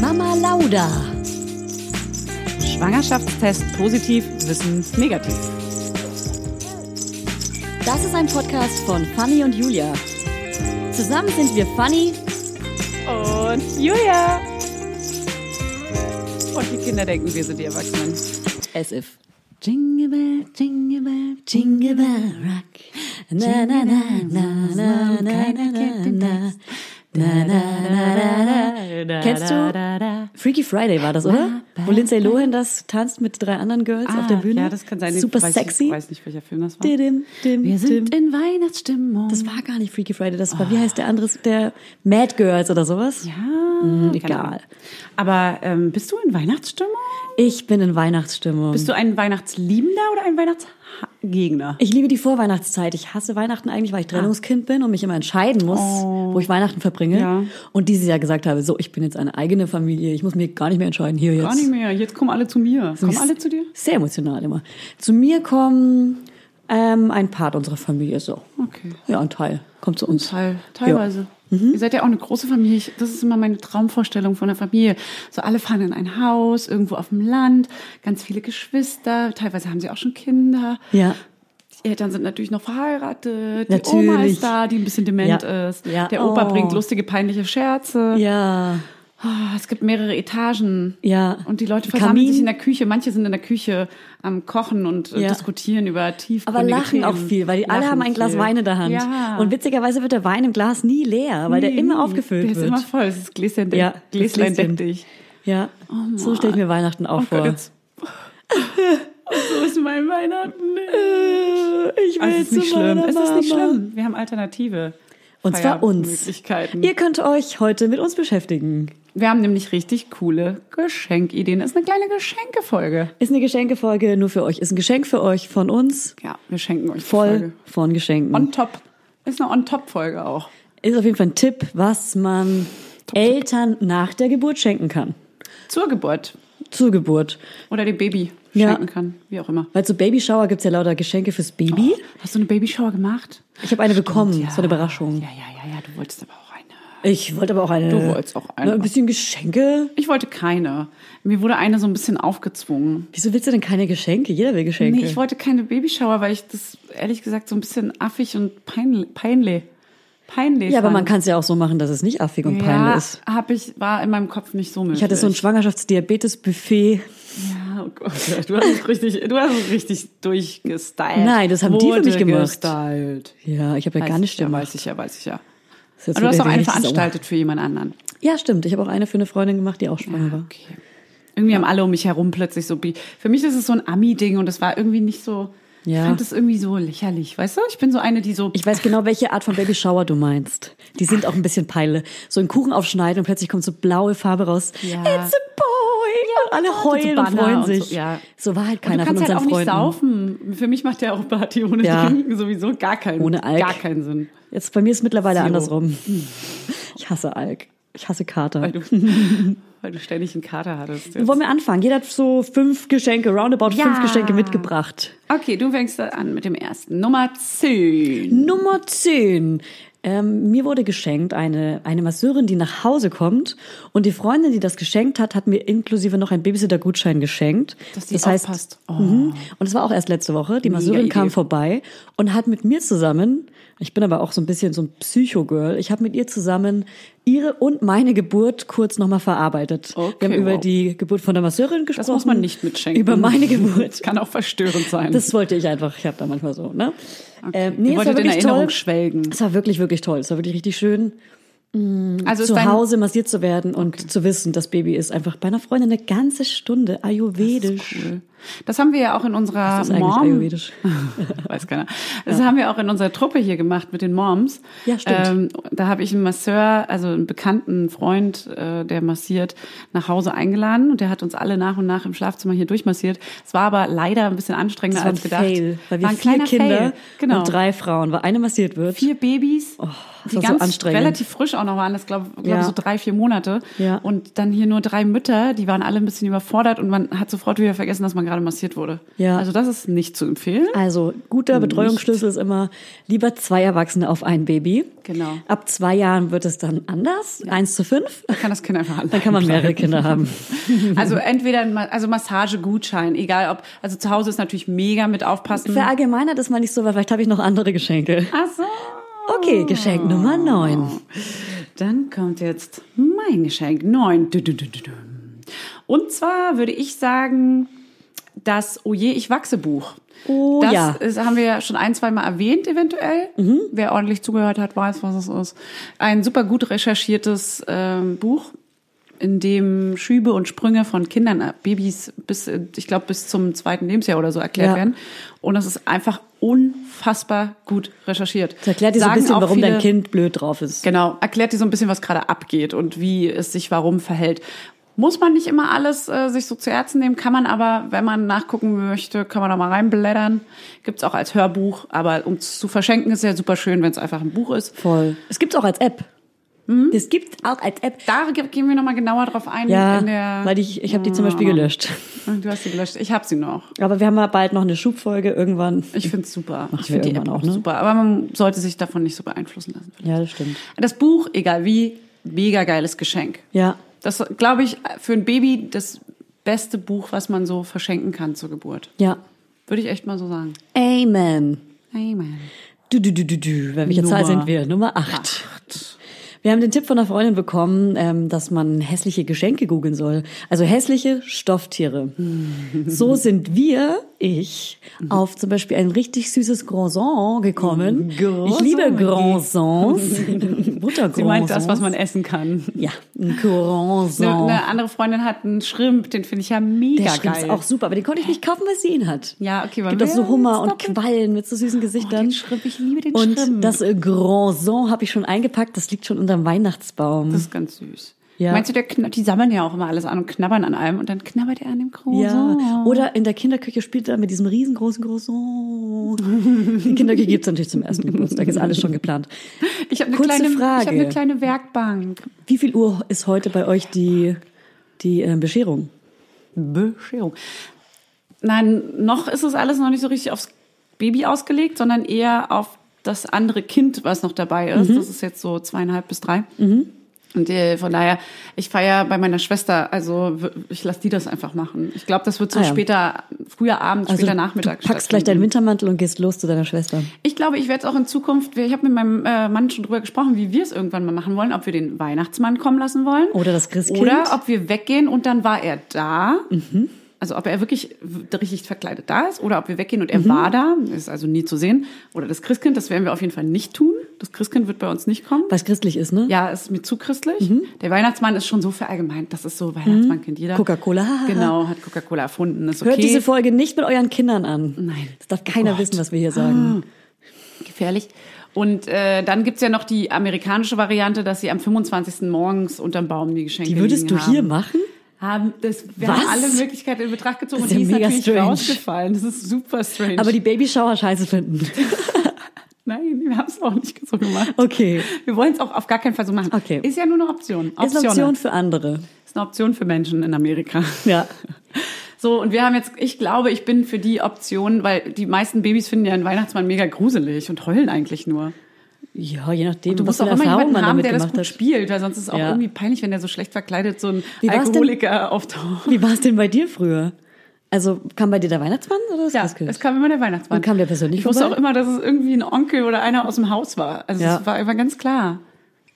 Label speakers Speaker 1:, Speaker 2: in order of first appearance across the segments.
Speaker 1: Mama Lauda.
Speaker 2: Schwangerschaftstest positiv, Wissen negativ.
Speaker 1: Das ist ein Podcast von Fanny und Julia. Zusammen sind wir Fanny
Speaker 2: Und Julia. Und die Kinder denken, wir sind die Erwachsenen.
Speaker 1: as if.
Speaker 2: Jingle bell, jingle bell,
Speaker 1: Jingle bell rock. Na na na na na na na na na. Na, na, na, na, na. Kennst du? Freaky Friday war das, oder? Wo Lindsay Lohan das tanzt mit drei anderen Girls auf der Bühne.
Speaker 2: Ah, Ja, das kann sein.
Speaker 1: Super
Speaker 2: ich weiß, Ich
Speaker 1: sexy.
Speaker 2: weiß nicht, welcher Film das war.
Speaker 1: Didim, dim, dim.
Speaker 2: in Weihnachtsstimmung.
Speaker 1: Das war gar nicht Freaky Friday, das war, wie heißt der andere, der Mad Girls oder sowas?
Speaker 2: ja,
Speaker 1: Mm, egal.
Speaker 2: keine Ahnung. Aber ähm, bist du in Weihnachtsstimmung?
Speaker 1: Ich bin in Weihnachtsstimmung.
Speaker 2: Bist du ein Weihnachtsliebender oder ein Weihnachtsgegner?
Speaker 1: ich liebe die Vorweihnachtszeit. Ich hasse Weihnachten eigentlich, weil ich
Speaker 2: Ah.
Speaker 1: Trennungskind bin und mich immer entscheiden muss, wo ich Weihnachten verbringe.
Speaker 2: Oh. Ja.
Speaker 1: Und dieses Jahr gesagt habe, so, ich bin jetzt eine eigene Familie, ich muss mir gar nicht mehr entscheiden, hier jetzt.
Speaker 2: Gar nicht mehr. Jetzt kommen alle zu mir. Kommen alle zu dir?
Speaker 1: Sehr emotional immer. Zu mir kommen ähm, ein Part unserer Familie, so.
Speaker 2: Okay.
Speaker 1: Ja, ein Teil kommt zu uns.
Speaker 2: Teil, teilweise.
Speaker 1: Mhm.
Speaker 2: Ihr seid ja auch eine große Familie. Ich, das ist immer meine Traumvorstellung von der Familie. So alle fahren in ein Haus, irgendwo auf dem Land, ganz viele Geschwister. Teilweise haben sie auch schon Kinder.
Speaker 1: Ja.
Speaker 2: Die Eltern sind natürlich noch verheiratet. Die
Speaker 1: Natürlich.
Speaker 2: Oma ist da, die ein bisschen dement
Speaker 1: Ja.
Speaker 2: ist.
Speaker 1: Ja.
Speaker 2: Der Opa
Speaker 1: Oh.
Speaker 2: bringt lustige, peinliche Scherze.
Speaker 1: Ja.
Speaker 2: Ah, es gibt mehrere Etagen.
Speaker 1: Ja.
Speaker 2: Und die Leute versammeln
Speaker 1: Kamin.
Speaker 2: sich in der Küche. Manche sind in der Küche am Kochen und äh,
Speaker 1: Ja.
Speaker 2: diskutieren über
Speaker 1: Aber
Speaker 2: tiefgründige
Speaker 1: lachen auch
Speaker 2: Themen.
Speaker 1: viel, weil die alle
Speaker 2: Lachen
Speaker 1: haben ein Glas
Speaker 2: viel.
Speaker 1: Wein in der Hand.
Speaker 2: Ja.
Speaker 1: Und witzigerweise wird der Wein im Glas nie leer, weil der
Speaker 2: Nee,
Speaker 1: immer aufgefüllt
Speaker 2: Hm, der
Speaker 1: wird.
Speaker 2: ist immer voll. Das ist Gläschen,
Speaker 1: Ja,
Speaker 2: ja,
Speaker 1: das
Speaker 2: Gläslein
Speaker 1: Gläschen.
Speaker 2: deck dich.
Speaker 1: Ja,
Speaker 2: Oh
Speaker 1: so stelle ich mir Weihnachten auch vor.
Speaker 2: jetzt. Und Oh so ist mein Weihnachten nicht.
Speaker 1: Äh, ich
Speaker 2: Also, es ist nicht schlimm. Es ist nicht schlimm. Wir haben alternative
Speaker 1: Und zwar uns.
Speaker 2: Möglichkeiten.
Speaker 1: Ihr könnt euch heute mit uns beschäftigen.
Speaker 2: Wir haben nämlich richtig coole Geschenkideen. Das ist eine kleine Geschenkefolge.
Speaker 1: Ist eine Geschenkefolge nur für euch. Ist ein Geschenk für euch von uns.
Speaker 2: Ja, wir schenken euch die
Speaker 1: Voll
Speaker 2: Folge.
Speaker 1: von Geschenken.
Speaker 2: On top. Ist eine On-Top-Folge auch.
Speaker 1: ist auf jeden Fall ein Tipp, was man Eltern nach der Geburt schenken kann.
Speaker 2: Zur Geburt.
Speaker 1: Zur Geburt.
Speaker 2: Oder dem Baby
Speaker 1: Ja.
Speaker 2: schenken kann. Wie auch immer.
Speaker 1: Weil zu Babyshower gibt's ja lauter Geschenke fürs Baby.
Speaker 2: Hast du eine Babyshower gemacht?
Speaker 1: Ich habe eine bekommen. Das war eine Überraschung.
Speaker 2: Oh, Ja, ja, ja, ja. Du wolltest aber auch eine.
Speaker 1: Ich wollte aber auch eine.
Speaker 2: Du wolltest auch eine.
Speaker 1: Ein bisschen Geschenke.
Speaker 2: Ich wollte keine. Mir wurde eine so ein bisschen aufgezwungen.
Speaker 1: Wieso willst du denn keine Geschenke? Jeder will Geschenke.
Speaker 2: Nee, ich wollte keine Babyshower, weil ich das ehrlich gesagt so ein bisschen affig und peinlich peinlich. peinlich
Speaker 1: ja, aber
Speaker 2: fand.
Speaker 1: man kann es ja auch so machen, dass es nicht affig und
Speaker 2: ja,
Speaker 1: peinlich ist.
Speaker 2: Hab ich, war in meinem Kopf nicht so möglich.
Speaker 1: Ich hatte so ein Schwangerschaftsdiabetes-Buffet.
Speaker 2: Ja, oh Gott, du hast es richtig, du hast es richtig durchgestylt.
Speaker 1: Nein, das haben die für
Speaker 2: Wurde
Speaker 1: mich gemacht.
Speaker 2: Gestylt.
Speaker 1: Ja, ich habe ja gar nicht
Speaker 2: Ja,
Speaker 1: gemacht.
Speaker 2: weiß ich ja, weiß ich ja.
Speaker 1: Das ist jetzt
Speaker 2: Aber du hast
Speaker 1: wieder
Speaker 2: auch eine
Speaker 1: richtig sauer.
Speaker 2: veranstaltet für jemand anderen.
Speaker 1: Ja, stimmt. Ich habe auch eine für eine Freundin gemacht, die auch schwanger war.
Speaker 2: Okay. Irgendwie haben alle um mich herum plötzlich so. bi- Für mich ist es so ein Ami-Ding und das war irgendwie nicht so.
Speaker 1: Ja.
Speaker 2: Ich fand es irgendwie so lächerlich, weißt du? Ich bin so eine, die so.
Speaker 1: Ich weiß genau, welche Art von Babyshower du meinst. Die sind auch ein bisschen Peile. So einen Kuchen aufschneiden und plötzlich kommt so blaue Farbe raus.
Speaker 2: Ja. oh,
Speaker 1: It's a boy! und alle heulen und
Speaker 2: Banner
Speaker 1: freuen
Speaker 2: und so,
Speaker 1: sich.
Speaker 2: ja.
Speaker 1: so war halt
Speaker 2: und
Speaker 1: keiner
Speaker 2: du
Speaker 1: von
Speaker 2: kannst
Speaker 1: unseren
Speaker 2: halt auch nicht
Speaker 1: Freunden.
Speaker 2: saufen. Für mich macht ja auch Party ohne
Speaker 1: Ja.
Speaker 2: Trinken sowieso gar keinen,
Speaker 1: Ohne Alk.
Speaker 2: gar keinen Sinn.
Speaker 1: Jetzt bei mir ist mittlerweile
Speaker 2: Zero.
Speaker 1: andersrum. Ich hasse Alk. Ich hasse Kater.
Speaker 2: Hm. Weil du, weil du ständig einen Kater hattest. jetzt.
Speaker 1: Wollen wir anfangen? Jeder hat so fünf Geschenke, roundabout
Speaker 2: Ja.
Speaker 1: fünf Geschenke mitgebracht.
Speaker 2: Okay, du fängst da an mit dem ersten. Nummer 10.
Speaker 1: Nummer 10. Ähm, mir wurde geschenkt eine, eine Masseurin, die nach Hause kommt. Und die Freundin, die das geschenkt hat, hat mir inklusive noch einen Babysitter-Gutschein geschenkt.
Speaker 2: Dass die
Speaker 1: das heißt,
Speaker 2: aufpasst. Oh.
Speaker 1: Mhm. und es war auch erst letzte Woche. Die Masseurin
Speaker 2: Idee.
Speaker 1: kam vorbei und hat mit mir zusammen, ich bin aber auch so ein bisschen so ein Psycho-Girl, ich habe mit ihr zusammen ihre und meine Geburt kurz nochmal verarbeitet. Wir
Speaker 2: Okay,
Speaker 1: haben über
Speaker 2: wow.
Speaker 1: die Geburt von der Masseurin gesprochen.
Speaker 2: Das muss man nicht mitschenken.
Speaker 1: Über meine Geburt.
Speaker 2: Kann auch verstörend sein.
Speaker 1: Das wollte ich einfach. Ich habe da manchmal so, ne? Ähm, es
Speaker 2: Ihr
Speaker 1: war
Speaker 2: wolltet in
Speaker 1: wirklich
Speaker 2: Erinnerung schwelgen.
Speaker 1: Es war wirklich, wirklich toll. Es war wirklich richtig schön,
Speaker 2: Also ist
Speaker 1: zu
Speaker 2: dein,
Speaker 1: Hause massiert zu werden und zu wissen, das Baby ist einfach bei einer Freundin eine ganze Stunde ayurvedisch.
Speaker 2: Cool. Das haben wir ja auch in unserer
Speaker 1: Das ist eigentlich
Speaker 2: Mom.
Speaker 1: ayurvedisch.
Speaker 2: Weiß keiner. Das haben wir auch in unserer Truppe hier gemacht mit den Moms.
Speaker 1: Ja, stimmt.
Speaker 2: Ähm, da habe ich einen Masseur, also einen bekannten Freund, äh, der massiert, nach Hause eingeladen und der hat uns alle nach und nach im Schlafzimmer hier durchmassiert. Es war aber leider ein bisschen anstrengender
Speaker 1: Das war ein
Speaker 2: als gedacht.
Speaker 1: Fail, weil wir
Speaker 2: war ein
Speaker 1: vier
Speaker 2: kleiner
Speaker 1: Kinder
Speaker 2: Fail. Genau.
Speaker 1: und drei Frauen, weil eine massiert wird.
Speaker 2: vier Babys,
Speaker 1: das
Speaker 2: die
Speaker 1: war so
Speaker 2: ganz
Speaker 1: anstrengend.
Speaker 2: relativ frisch auch noch waren, das glaube glaub
Speaker 1: Ja.
Speaker 2: ich so drei, vier Monate.
Speaker 1: Ja.
Speaker 2: Und dann hier nur drei Mütter, die waren alle ein bisschen überfordert und man hat sofort wieder vergessen, dass man gerade massiert wurde.
Speaker 1: Ja.
Speaker 2: Also das ist nicht zu empfehlen.
Speaker 1: Also guter Betreuungsschlüssel ist immer lieber zwei Erwachsene auf ein Baby.
Speaker 2: Genau.
Speaker 1: Ab zwei Jahren wird es dann anders. Eins zu fünf.
Speaker 2: Da kann das Kind einfach allein
Speaker 1: Dann kann man mehrere Kinder haben.
Speaker 2: Also entweder ein Ma- also Massagegutschein, egal ob also zu Hause ist natürlich mega mit aufpassen.
Speaker 1: Verallgemeinert ist mal nicht so, weil vielleicht habe ich noch andere Geschenke.
Speaker 2: Ach so.
Speaker 1: Okay,
Speaker 2: Oh.
Speaker 1: Geschenk Nummer neun.
Speaker 2: Dann kommt jetzt mein Geschenk 9. Und zwar würde ich sagen, das Oje, ich wachse Buch.
Speaker 1: Oh
Speaker 2: das
Speaker 1: ja. Mhm.
Speaker 2: ist, haben wir ja schon ein, zwei Mal erwähnt, eventuell. Wer ordentlich zugehört hat, weiß, was es ist. Ein super gut recherchiertes ähm, Buch, in dem Schübe und Sprünge von Kindern, äh, Babys bis, äh, ich glaube, bis zum zweiten Lebensjahr oder so erklärt
Speaker 1: Ja.
Speaker 2: werden. Und das ist einfach unfassbar gut recherchiert.
Speaker 1: Das erklärt dir so ein
Speaker 2: Sagen
Speaker 1: bisschen,
Speaker 2: auch
Speaker 1: warum dein
Speaker 2: viele-
Speaker 1: Kind blöd drauf ist.
Speaker 2: Genau, erklärt dir so ein bisschen, was gerade abgeht und wie es sich warum verhält. Muss man nicht immer alles äh, sich so zu Herzen nehmen, kann man aber, wenn man nachgucken möchte, kann man da mal reinblättern. Gibt's auch als Hörbuch, aber um es zu verschenken ist ja super schön, wenn es einfach ein Buch ist.
Speaker 1: Voll. Es gibt's auch als App. Es gibt auch als App.
Speaker 2: Da ge- gehen wir nochmal genauer drauf ein.
Speaker 1: Ja,
Speaker 2: Hm? in der, Ah,
Speaker 1: weil ich, ich habe die zum Beispiel gelöscht.
Speaker 2: Du hast sie gelöscht, ich habe sie noch.
Speaker 1: Aber wir haben ja bald noch eine Schubfolge irgendwann.
Speaker 2: Ich find's super. Ich
Speaker 1: wir
Speaker 2: find die App
Speaker 1: irgendwann auch,
Speaker 2: auch
Speaker 1: ne?
Speaker 2: super, aber man sollte sich davon nicht so beeinflussen lassen.
Speaker 1: Ja, das stimmt.
Speaker 2: Das Buch, egal wie, mega geiles Geschenk.
Speaker 1: Ja.
Speaker 2: Das glaube ich für ein Baby das beste Buch, was man so verschenken kann zur Geburt.
Speaker 1: Ja.
Speaker 2: Würde ich echt mal so sagen.
Speaker 1: Amen.
Speaker 2: Amen.
Speaker 1: Du, du, du, du, du. Bei welcher
Speaker 2: Nummer
Speaker 1: Zahl sind wir? Nummer acht. Wir haben den Tipp von einer Freundin bekommen, ähm, dass man hässliche Geschenke googeln soll. Also hässliche Stofftiere.
Speaker 2: Hm.
Speaker 1: So sind wir, ich, auf zum Beispiel ein richtig süßes Granson gekommen.
Speaker 2: Granson.
Speaker 1: Ich liebe Gransons. Butter
Speaker 2: Sie meint das, was man essen kann.
Speaker 1: Ja, ein
Speaker 2: Eine,
Speaker 1: Granson.
Speaker 2: eine andere Freundin hat einen Schrimp, den finde ich ja
Speaker 1: Der
Speaker 2: mega
Speaker 1: Schrimp
Speaker 2: geil.
Speaker 1: ist auch super, aber den konnte ich nicht kaufen, weil sie ihn hat.
Speaker 2: Ja, okay,
Speaker 1: weil
Speaker 2: weil
Speaker 1: Gibt auch
Speaker 2: wir-
Speaker 1: so Hummer und
Speaker 2: Stop it.
Speaker 1: Quallen mit so süßen Gesichtern.
Speaker 2: Oh, den Schrimp, ich liebe den
Speaker 1: und
Speaker 2: Schrimp.
Speaker 1: das äh, Granson habe ich schon eingepackt, das liegt schon unterm Weihnachtsbaum.
Speaker 2: Das ist ganz süß.
Speaker 1: Ja.
Speaker 2: Meinst du, der kn- die sammeln ja auch immer alles an und knabbern an allem und dann knabbert er an dem Croissant.
Speaker 1: Ja, oder in der Kinderküche spielt er mit diesem riesengroßen Croissant. Die Kinderküche gibt's natürlich zum ersten Geburtstag, ist alles schon geplant.
Speaker 2: Ich habe eine,
Speaker 1: Kurze
Speaker 2: kleine- ich
Speaker 1: Frage.
Speaker 2: hab eine kleine Werkbank.
Speaker 1: Wie viel Uhr ist heute bei euch die, die äh, Bescherung?
Speaker 2: Bescherung. Nein, noch ist es alles noch nicht so richtig aufs Baby ausgelegt, sondern eher auf das andere Kind, was noch dabei ist.
Speaker 1: Mhm.
Speaker 2: Das ist jetzt so zweieinhalb bis drei. Und äh, von daher, ich feiere bei meiner Schwester, also w- ich lasse die das einfach machen. Ich glaube, das wird so
Speaker 1: Ah ja. Also
Speaker 2: später, früher Abend, später Nachmittag
Speaker 1: du packst gleich deinen
Speaker 2: stattfinden.
Speaker 1: Wintermantel und gehst los zu deiner Schwester.
Speaker 2: Ich glaube, ich werde es auch in Zukunft, ich habe mit meinem äh, Mann schon drüber gesprochen, wie wir es irgendwann mal machen wollen, ob wir den Weihnachtsmann kommen lassen wollen.
Speaker 1: Oder das Christkind. Mhm.
Speaker 2: Oder ob wir weggehen und dann war er da. Also ob er wirklich w- richtig verkleidet da ist oder ob wir weggehen und
Speaker 1: Mhm.
Speaker 2: er war da, ist also nie zu sehen. Oder das Christkind, das werden wir auf jeden Fall nicht tun. Das Christkind wird bei uns nicht kommen.
Speaker 1: Was christlich ist, ne?
Speaker 2: Ja, ist mir zu christlich.
Speaker 1: Mhm.
Speaker 2: Der Weihnachtsmann ist schon so verallgemeint, das ist so, Weihnachtsmann kennt jeder.
Speaker 1: Coca-Cola.
Speaker 2: Genau, hat Coca-Cola erfunden, ist okay.
Speaker 1: Hört diese Folge nicht mit euren Kindern an.
Speaker 2: Nein. Oh Ah,
Speaker 1: Das darf keiner wissen, was wir hier sagen.
Speaker 2: gefährlich. Und äh, dann gibt's ja noch die amerikanische Variante, dass sie am 25. morgens unterm Baum die Geschenke
Speaker 1: Die würdest du
Speaker 2: liegen haben.
Speaker 1: hier machen?
Speaker 2: haben das, wir
Speaker 1: Was?
Speaker 2: haben alle Möglichkeiten in Betracht gezogen
Speaker 1: Das
Speaker 2: und
Speaker 1: ist
Speaker 2: die
Speaker 1: ja
Speaker 2: ist
Speaker 1: mega
Speaker 2: natürlich
Speaker 1: strange.
Speaker 2: rausgefallen. Das ist super strange.
Speaker 1: Aber die Babyshower scheiße finden.
Speaker 2: Nein, wir haben es auch nicht so gemacht.
Speaker 1: Okay.
Speaker 2: Wir wollen es auch auf gar keinen Fall so machen.
Speaker 1: Okay.
Speaker 2: Ist ja nur eine Option. Option.
Speaker 1: Ist eine Option für andere.
Speaker 2: Ist eine Option für Menschen in Amerika.
Speaker 1: Ja.
Speaker 2: So, und wir haben jetzt, ich glaube, ich bin für die Option, weil die meisten Babys finden ja einen Weihnachtsmann mega gruselig und heulen eigentlich nur.
Speaker 1: Ja, je nachdem,
Speaker 2: Du
Speaker 1: was
Speaker 2: musst
Speaker 1: für
Speaker 2: auch
Speaker 1: eine
Speaker 2: immer
Speaker 1: Erfahrung
Speaker 2: jemanden
Speaker 1: man
Speaker 2: haben,
Speaker 1: damit
Speaker 2: der das
Speaker 1: gemacht
Speaker 2: gut
Speaker 1: hat.
Speaker 2: spielt, weil sonst ist es auch
Speaker 1: Ja.
Speaker 2: irgendwie peinlich, wenn der so schlecht verkleidet so ein
Speaker 1: Wie war's denn?
Speaker 2: Alkoholiker auftaucht.
Speaker 1: Wie war es denn bei dir früher? Also kam bei dir der Weihnachtsmann oder das
Speaker 2: Ja,
Speaker 1: Christkind?
Speaker 2: es kam immer der Weihnachtsmann.
Speaker 1: Und kam der persönlich
Speaker 2: Ich wusste
Speaker 1: vorbei?
Speaker 2: auch immer, dass es irgendwie ein Onkel oder einer aus dem Haus war. Also
Speaker 1: Ja.
Speaker 2: es war immer ganz klar.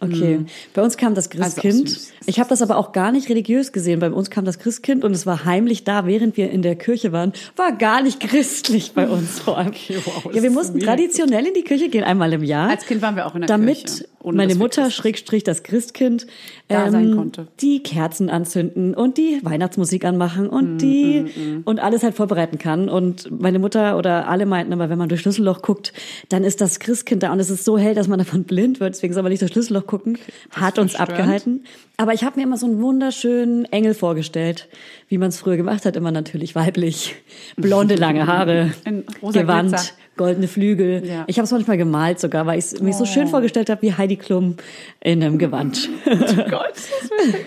Speaker 1: Okay.
Speaker 2: Mhm.
Speaker 1: Bei uns kam das
Speaker 2: Also,
Speaker 1: Christkind.
Speaker 2: süß.
Speaker 1: ich habe das aber auch gar nicht religiös gesehen. Bei uns kam das Christkind und es war heimlich da, während wir in der Kirche waren. War gar nicht christlich bei uns vor allem.
Speaker 2: wow, das
Speaker 1: ja, wir
Speaker 2: ist
Speaker 1: mussten
Speaker 2: mega
Speaker 1: traditionell in die Kirche gehen, einmal im Jahr.
Speaker 2: Als Kind waren wir auch in der
Speaker 1: damit
Speaker 2: Kirche, ohne
Speaker 1: meine
Speaker 2: dass wir
Speaker 1: Mutter,
Speaker 2: Christen-
Speaker 1: Schrägstrich das Christkind, ähm,
Speaker 2: Da sein konnte.
Speaker 1: die Kerzen anzünden und die Weihnachtsmusik anmachen
Speaker 2: Mm,
Speaker 1: und die und alles halt vorbereiten kann. Und meine Mutter oder alle meinten immer, wenn man durch Schlüsselloch guckt, dann ist das Christkind da und es ist so hell, dass man davon blind wird. Deswegen soll man nicht durch Schlüsselloch gucken. Hat uns
Speaker 2: verstörend.
Speaker 1: abgehalten. Aber ich habe mir immer so einen wunderschönen Engel vorgestellt, wie man es früher gemacht hat. Immer natürlich weiblich, blonde lange Haare,
Speaker 2: In rosa
Speaker 1: Gewand,
Speaker 2: Glitzer.
Speaker 1: goldene Flügel.
Speaker 2: Ja. Oh.
Speaker 1: Ich habe es manchmal gemalt sogar, weil ich mir so schön vorgestellt habe wie Heidi Klum in einem Gewand.
Speaker 2: Gott, das ist witzig.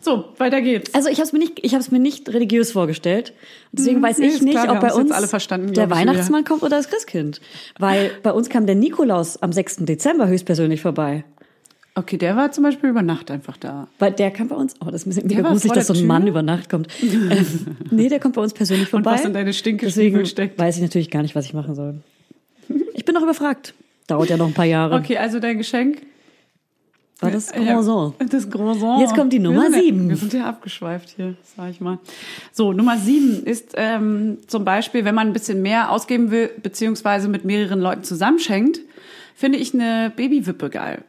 Speaker 2: So, weiter geht's.
Speaker 1: Also ich habe es mir nicht, ich habe es mir nicht religiös vorgestellt. Deswegen weiß
Speaker 2: Mhm. nee,
Speaker 1: ich
Speaker 2: ist
Speaker 1: nicht,
Speaker 2: klar, wir
Speaker 1: ob bei
Speaker 2: haben's jetzt
Speaker 1: uns
Speaker 2: alle verstanden,
Speaker 1: der
Speaker 2: glaub ich,
Speaker 1: Weihnachtsmann kommt oder das Christkind. Weil bei uns kam der Nikolaus am 6. Dezember höchstpersönlich vorbei.
Speaker 2: Okay, der war zum Beispiel über Nacht einfach da.
Speaker 1: Weil der kam bei uns, oh, das ist ein bisschen mega
Speaker 2: war
Speaker 1: gruselig,
Speaker 2: vor
Speaker 1: dass so
Speaker 2: der
Speaker 1: ein Mann
Speaker 2: Tür?
Speaker 1: über Nacht kommt. ähm, nee, der kommt bei uns persönlich vorbei.
Speaker 2: was in deine Stinkestiefel
Speaker 1: Deswegen
Speaker 2: steckt.
Speaker 1: weiß ich natürlich gar nicht, was ich machen soll. Ich bin noch überfragt. Dauert ja noch ein paar Jahre.
Speaker 2: Okay, also dein Geschenk.
Speaker 1: War das
Speaker 2: Ja,
Speaker 1: Croissant?
Speaker 2: Das Croissant.
Speaker 1: Jetzt kommt die Nummer
Speaker 2: wir sind, ja-
Speaker 1: sieben.
Speaker 2: Wir sind ja abgeschweift hier, sag ich mal. So, Nummer sieben ist ähm, zum Beispiel, wenn man ein bisschen mehr ausgeben will, beziehungsweise mit mehreren Leuten zusammenschenkt, finde ich eine Babywippe geil.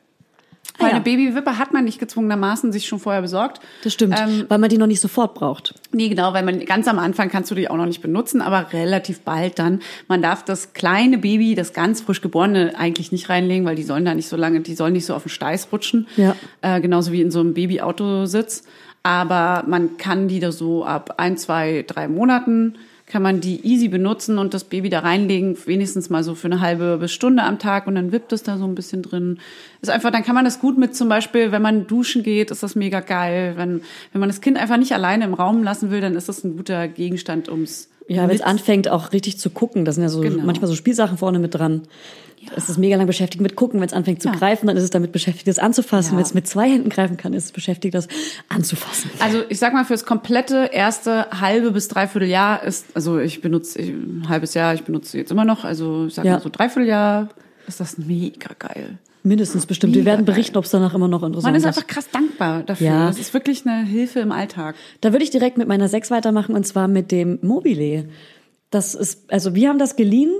Speaker 1: Ah,
Speaker 2: Weil
Speaker 1: ja.
Speaker 2: eine Babywippe hat man nicht gezwungenermaßen sich schon vorher besorgt.
Speaker 1: Das stimmt,
Speaker 2: Ähm,
Speaker 1: weil man die noch nicht sofort braucht.
Speaker 2: Nee, genau, weil man ganz am Anfang kannst du die auch noch nicht benutzen, aber relativ bald dann. Man darf das kleine Baby, das ganz frisch geborene eigentlich nicht reinlegen, weil die sollen da nicht so lange, die sollen nicht so auf den Steiß rutschen.
Speaker 1: Ja.
Speaker 2: Äh, genauso wie in so einem Babyautositz. Aber man kann die da so ab ein, zwei, drei Monaten kann man die easy benutzen und das Baby da reinlegen, wenigstens mal so für eine halbe bis Stunde am Tag und dann wippt es da so ein bisschen drin. Ist einfach, dann kann man das gut mit zum Beispiel, wenn man duschen geht, ist das mega geil. Wenn, wenn man das Kind einfach nicht alleine im Raum lassen will, dann ist das ein guter Gegenstand ums
Speaker 1: Ja, wenn es
Speaker 2: Witz-
Speaker 1: anfängt, auch richtig zu gucken, da sind ja so
Speaker 2: Genau.
Speaker 1: manchmal so Spielsachen vorne mit dran. Es ist mega lang beschäftigt mit gucken. Wenn es anfängt zu
Speaker 2: Ja.
Speaker 1: greifen, dann ist es damit beschäftigt, das anzufassen.
Speaker 2: Ja.
Speaker 1: Wenn es mit zwei Händen greifen kann, ist es beschäftigt, das anzufassen.
Speaker 2: Also ich sag mal, fürs komplette erste halbe bis dreiviertel Jahr ist, also ich benutze ich, ein halbes Jahr, ich benutze sie jetzt immer noch, also ich sag
Speaker 1: Ja.
Speaker 2: mal so Dreivierteljahr ist das mega geil.
Speaker 1: Mindestens bestimmt. Wir
Speaker 2: Mega
Speaker 1: werden
Speaker 2: geil.
Speaker 1: berichten, ob es danach immer noch interessant
Speaker 2: Man ist
Speaker 1: ist.
Speaker 2: einfach krass dankbar dafür.
Speaker 1: Ja.
Speaker 2: Das ist wirklich eine Hilfe im Alltag.
Speaker 1: Da würde ich direkt mit meiner sechs weitermachen und zwar mit dem Mobile. Das ist, also wir haben das geliehen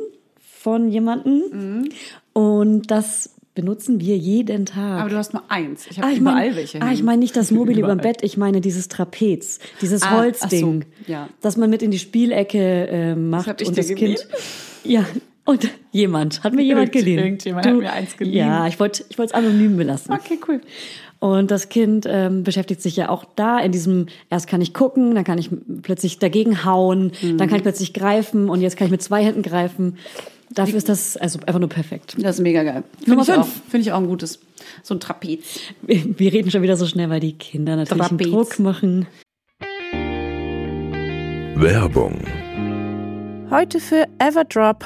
Speaker 1: von jemandem
Speaker 2: Mhm.
Speaker 1: und das benutzen wir jeden Tag.
Speaker 2: Aber du hast nur eins. Ich habe
Speaker 1: Ah, ich
Speaker 2: überall
Speaker 1: mein,
Speaker 2: welche.
Speaker 1: Ah, ich
Speaker 2: hängen.
Speaker 1: meine nicht das Mobile über dem
Speaker 2: Überall.
Speaker 1: Bett, ich meine dieses Trapez, dieses
Speaker 2: Ah,
Speaker 1: Holzding,
Speaker 2: ach so, ja.
Speaker 1: das man mit in die Spielecke äh, macht
Speaker 2: hab ich
Speaker 1: und
Speaker 2: dir
Speaker 1: das Kind. Ja, und jemand hat mir jemand
Speaker 2: Irgend-
Speaker 1: geliehen.
Speaker 2: irgendjemand hat mir eins geliehen.
Speaker 1: Ja, ich wollte ich wollte es anonym belassen.
Speaker 2: Okay, cool.
Speaker 1: Und das Kind ähm, beschäftigt sich ja auch da in diesem, erst kann ich gucken, dann kann ich plötzlich dagegen hauen, dann kann
Speaker 2: Mhm.
Speaker 1: ich plötzlich greifen und jetzt kann ich mit zwei Händen greifen. Dafür ist das also einfach nur perfekt.
Speaker 2: Das ist mega geil. Finde
Speaker 1: Nummer
Speaker 2: ich, auch-
Speaker 1: fünf.
Speaker 2: finde ich auch ein gutes. So ein Trapez.
Speaker 1: Wir reden schon wieder so schnell, weil die Kinder natürlich einen
Speaker 2: Trapez.
Speaker 1: Druck machen.
Speaker 3: Werbung.
Speaker 4: Heute für Everdrop.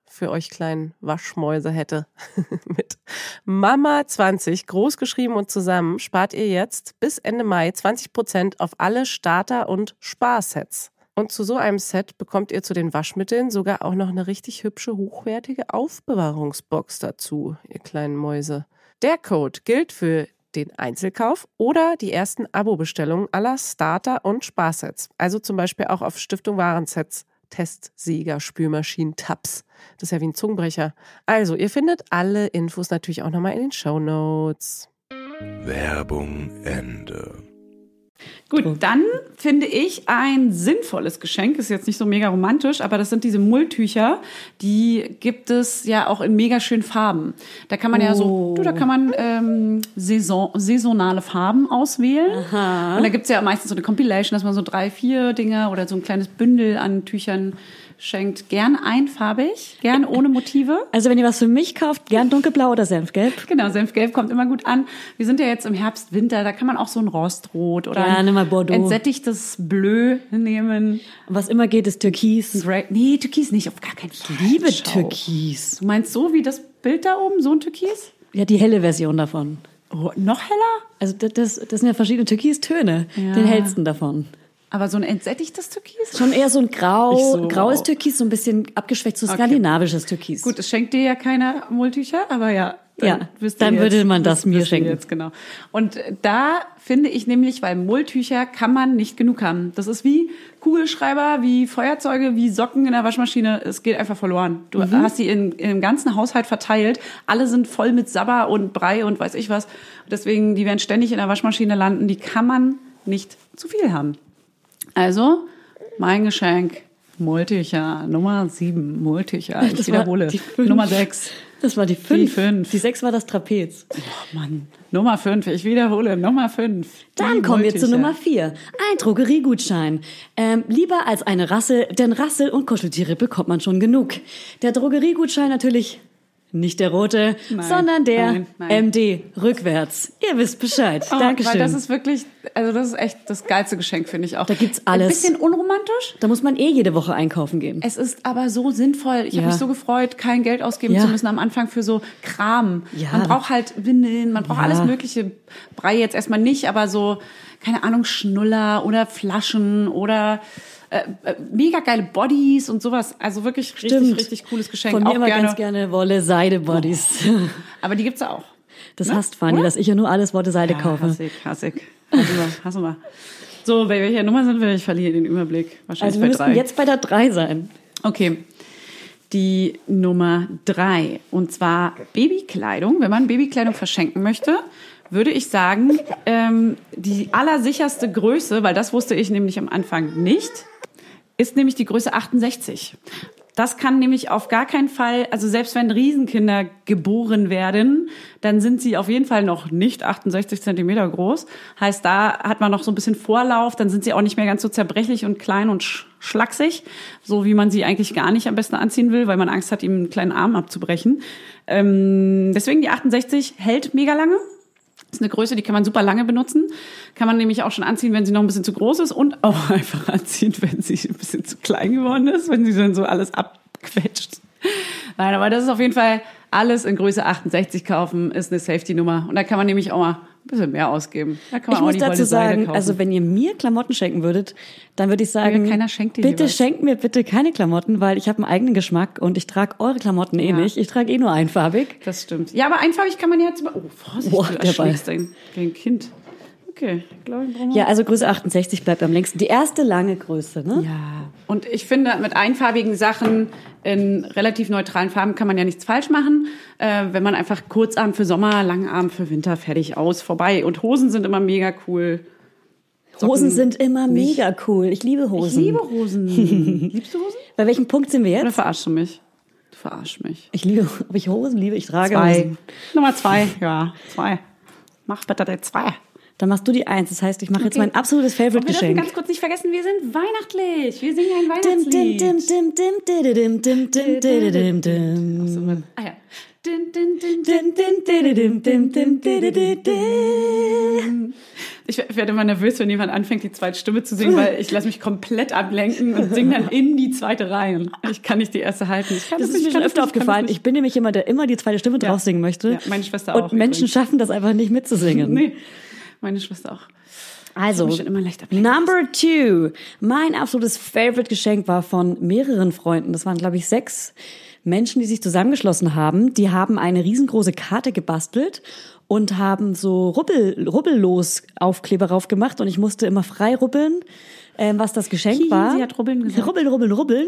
Speaker 4: für euch kleinen Waschmäuse hätte. Mit Mama20 großgeschrieben und zusammen spart ihr jetzt bis Ende Mai 20% auf alle Starter- und Sparsets. Und zu so einem Set bekommt ihr zu den Waschmitteln sogar auch noch eine richtig hübsche, hochwertige Aufbewahrungsbox dazu, ihr kleinen Mäuse. Der Code gilt für den Einzelkauf oder die ersten Abo-Bestellungen aller Starter- und Sparsets. Also zum Beispiel auch auf Stiftung Warensets, Testsieger, Spülmaschinen, Tabs. Das ist ja wie ein Zungenbrecher. Also, ihr findet alle Infos natürlich auch nochmal in den Show Notes.
Speaker 3: Werbung Ende.
Speaker 2: Gut, dann finde ich ein sinnvolles Geschenk, ist jetzt nicht so mega romantisch, aber das sind diese Mulltücher, die gibt es ja auch in mega schönen Farben. Da kann man ja so,
Speaker 1: Oh.
Speaker 2: du, da kann man ähm, Saison, saisonale Farben auswählen.
Speaker 1: Aha.
Speaker 2: Und da gibt es ja meistens so eine Compilation, dass man so drei, vier Dinge oder so ein kleines Bündel an Tüchern schenkt. Gern einfarbig, gern ohne Motive.
Speaker 1: Also wenn ihr was für mich kauft, gern dunkelblau oder senfgelb.
Speaker 2: Genau, Senfgelb kommt immer gut an. Wir sind ja jetzt im Herbst, Winter, da kann man auch so ein Rostrot oder
Speaker 1: Ja,
Speaker 2: ein
Speaker 1: nimm mal Bordeaux.
Speaker 2: entsättigtes Blö nehmen.
Speaker 1: Und Was immer geht, ist Türkis.
Speaker 2: Grey. Nee, Türkis nicht, auf gar keinen Fall.
Speaker 1: Liebe
Speaker 2: Hm. Schau.
Speaker 1: Türkis.
Speaker 2: Du meinst so wie das Bild da oben, so ein Türkis?
Speaker 1: Ja, die helle Version davon.
Speaker 2: Oh, noch heller?
Speaker 1: Also das, das, das sind ja verschiedene Türkistöne.
Speaker 2: Ja.
Speaker 1: Den hellsten davon.
Speaker 2: Aber so ein entsättigtes Türkis?
Speaker 1: Schon eher so ein grau,
Speaker 2: Ich so-
Speaker 1: graues Türkis, so ein bisschen abgeschwächt, so skandinavisches Türkis.
Speaker 2: Gut, es schenkt dir ja keiner Mulltücher, aber ja.
Speaker 1: Ja,
Speaker 2: wisst
Speaker 1: dann
Speaker 2: ihr
Speaker 1: würde man das
Speaker 2: wisst-
Speaker 1: mir
Speaker 2: wisst ihr
Speaker 1: schenken.
Speaker 2: Jetzt, genau. Und da finde ich nämlich, weil Mulltücher kann man nicht genug haben. Das ist wie Kugelschreiber, wie Feuerzeuge, wie Socken in der Waschmaschine. Es geht einfach verloren. Du
Speaker 1: Mhm.
Speaker 2: hast sie in, im ganzen Haushalt verteilt. Alle sind voll mit Sabber und Brei und weiß ich was. Deswegen, die werden ständig in der Waschmaschine landen. Die kann man nicht zu viel haben. Also, mein Geschenk. Mulltücher, Nummer sieben, Mulltücher. Ich
Speaker 1: Das war
Speaker 2: wiederhole.
Speaker 1: die fünf.
Speaker 2: Nummer sechs.
Speaker 1: Das war die fünf.
Speaker 2: fünf.
Speaker 1: Die sechs war das Trapez.
Speaker 2: Oh Mann. Nummer fünf. Ich wiederhole. Nummer fünf.
Speaker 1: Dann
Speaker 2: Die
Speaker 1: kommen wir zu
Speaker 2: Mulltücher.
Speaker 1: Nummer vier. Ein Drogeriegutschein. Ähm, lieber als eine Rassel, denn Rassel und Kuscheltiere bekommt man schon genug. Der Drogeriegutschein natürlich nicht der rote,
Speaker 2: Nein,
Speaker 1: sondern der
Speaker 2: nein, nein.
Speaker 1: MD rückwärts. Ihr wisst Bescheid.
Speaker 2: Oh,
Speaker 1: Dankeschön.
Speaker 2: Weil das ist wirklich, also das ist echt das geilste Geschenk, finde ich auch.
Speaker 1: Da gibt's alles.
Speaker 2: Ein bisschen unromantisch.
Speaker 1: da muss man eh jede Woche einkaufen gehen.
Speaker 2: Es ist aber so sinnvoll. Ich
Speaker 1: Ja.
Speaker 2: habe mich so gefreut, kein Geld ausgeben
Speaker 1: Ja.
Speaker 2: zu müssen am Anfang für so Kram.
Speaker 1: Ja.
Speaker 2: Man braucht halt Windeln, man braucht
Speaker 1: Ja.
Speaker 2: alles mögliche. Brei jetzt erstmal nicht, aber so, keine Ahnung, Schnuller oder Flaschen oder äh, äh, mega geile Bodies und sowas. Also wirklich richtig,
Speaker 1: Stimmt.
Speaker 2: richtig cooles Geschenk.
Speaker 1: Von mir
Speaker 2: auch
Speaker 1: immer
Speaker 2: gerne.
Speaker 1: ganz gerne Wolle, Seide, Bodies.
Speaker 2: Aber die gibt's ja auch.
Speaker 1: Das
Speaker 2: Ne?
Speaker 1: hasst Fanny,
Speaker 2: Oder?
Speaker 1: dass ich ja nur alles Wolle, Seide
Speaker 2: Ja,
Speaker 1: kaufe.
Speaker 2: Hassig, hassig. Hassen wir, hassen wir. So, bei welcher Nummer sind wir? Ich verliere den Überblick. Wahrscheinlich
Speaker 1: Also wir
Speaker 2: bei drei.
Speaker 1: müssten jetzt bei der drei sein.
Speaker 2: Okay. Die Nummer drei. Und zwar Babykleidung. Wenn man Babykleidung verschenken möchte, würde ich sagen, ähm, die allersicherste Größe, weil das wusste ich nämlich am Anfang nicht, ist nämlich die Größe 68. Das kann nämlich auf gar keinen Fall, also selbst wenn Riesenkinder geboren werden, dann sind sie auf jeden Fall noch nicht 68 Zentimeter groß. Heißt, da hat man noch so ein bisschen Vorlauf, dann sind sie auch nicht mehr ganz so zerbrechlich und klein und sch schlaksig, so wie man sie eigentlich gar nicht am besten anziehen will, weil man Angst hat, ihm einen kleinen Arm abzubrechen. Ähm, deswegen die 68 hält mega lange, ist eine Größe, die kann man super lange benutzen. Kann man nämlich auch schon anziehen, wenn sie noch ein bisschen zu groß ist und auch einfach anziehen, wenn sie ein bisschen zu klein geworden ist, wenn sie dann so alles abquetscht. Nein, aber das ist auf jeden Fall alles in Größe 68 kaufen, ist eine Safety-Nummer. Und da kann man nämlich auch mal ein bisschen mehr ausgeben. Da kann man
Speaker 1: Ich
Speaker 2: auch
Speaker 1: muss
Speaker 2: die
Speaker 1: dazu
Speaker 2: Wolle Seide
Speaker 1: sagen,
Speaker 2: kaufen.
Speaker 1: also wenn ihr mir Klamotten schenken würdet, dann würde ich sagen,
Speaker 2: Ja, keiner schenkt dir
Speaker 1: bitte
Speaker 2: jeweils.
Speaker 1: schenkt mir bitte keine Klamotten, weil ich habe einen eigenen Geschmack und ich trage eure Klamotten eh
Speaker 2: Ja.
Speaker 1: nicht. Ich trage eh nur einfarbig.
Speaker 2: Das stimmt. Ja, aber einfarbig kann man ja jetzt... Oh, Vorsicht,
Speaker 1: Boah,
Speaker 2: du
Speaker 1: der Ball.
Speaker 2: erschlägst dein, dein Kind. Okay, ich glaube, ich brauche mal-
Speaker 1: Ja, also Größe 68 bleibt am längsten. Die erste lange Größe, ne?
Speaker 2: Ja. Und ich finde, mit einfarbigen Sachen in relativ neutralen Farben kann man ja nichts falsch machen. Äh, wenn man einfach Kurzarm für Sommer, Langarm für Winter, fertig, aus, vorbei. Und Hosen sind immer mega cool.
Speaker 1: Hosen sind immer mega cool. Ich liebe
Speaker 2: Ich
Speaker 1: Hosen.
Speaker 2: liebe Hosen. Liebst du Hosen?
Speaker 1: Bei welchem Punkt sind wir
Speaker 2: Oder
Speaker 1: jetzt?
Speaker 2: verarschst du mich? Du verarschst mich.
Speaker 1: Ich liebe, ob ich Hosen liebe, ich trage Hosen.
Speaker 2: Nummer zwei, ja, zwei. Mach bitte die zwei.
Speaker 1: Dann machst du die eins. Das heißt, ich mache jetzt
Speaker 2: Okay.
Speaker 1: mein absolutes
Speaker 2: Und wir dürfen
Speaker 1: Favorite-Geschenk.
Speaker 2: ganz kurz nicht vergessen, wir sind weihnachtlich. Wir singen ein
Speaker 1: Dim, dim,
Speaker 2: Weihnachtslied.
Speaker 1: dim, dim, dim, dim, dim, dim, dim, dim, dim.
Speaker 2: Ah ja. Din, din, din, din.
Speaker 1: Dim, dim, dididim, dim, dim, didididim.
Speaker 2: Ich wer- werde immer nervös, wenn jemand anfängt, die zweite Stimme zu singen, weil ich lasse mich komplett ablenken und singe dann in die zweite rein. Ich kann nicht die erste halten. Ich kann
Speaker 1: Das
Speaker 2: das
Speaker 1: ist
Speaker 2: nicht,
Speaker 1: mir
Speaker 2: ich
Speaker 1: schon
Speaker 2: kann
Speaker 1: öfter
Speaker 2: das nicht, ich kann das
Speaker 1: aufgefallen.
Speaker 2: nicht.
Speaker 1: Ich bin nämlich jemand, der immer die zweite Stimme drauf singen möchte.
Speaker 2: Ja, meine Schwester
Speaker 1: Und
Speaker 2: auch
Speaker 1: Menschen
Speaker 2: übrigens.
Speaker 1: schaffen das einfach nicht mitzusingen.
Speaker 2: Nee, meine Schwester auch.
Speaker 1: Also,
Speaker 2: Ich bin immer leicht ablenken.
Speaker 1: Number two. Mein absolutes Favorite-Geschenk war von mehreren Freunden. Das waren, glaube ich, sechs Menschen, die sich zusammengeschlossen haben. Die haben eine riesengroße Karte gebastelt und haben so rubbel, rubbellos Aufkleber drauf gemacht. Und ich musste immer frei rubbeln, ähm, was das Geschenk
Speaker 2: Hihi,
Speaker 1: war.
Speaker 2: sie hat rubbeln gesagt.
Speaker 1: Rubbeln, rubbeln, rubbeln.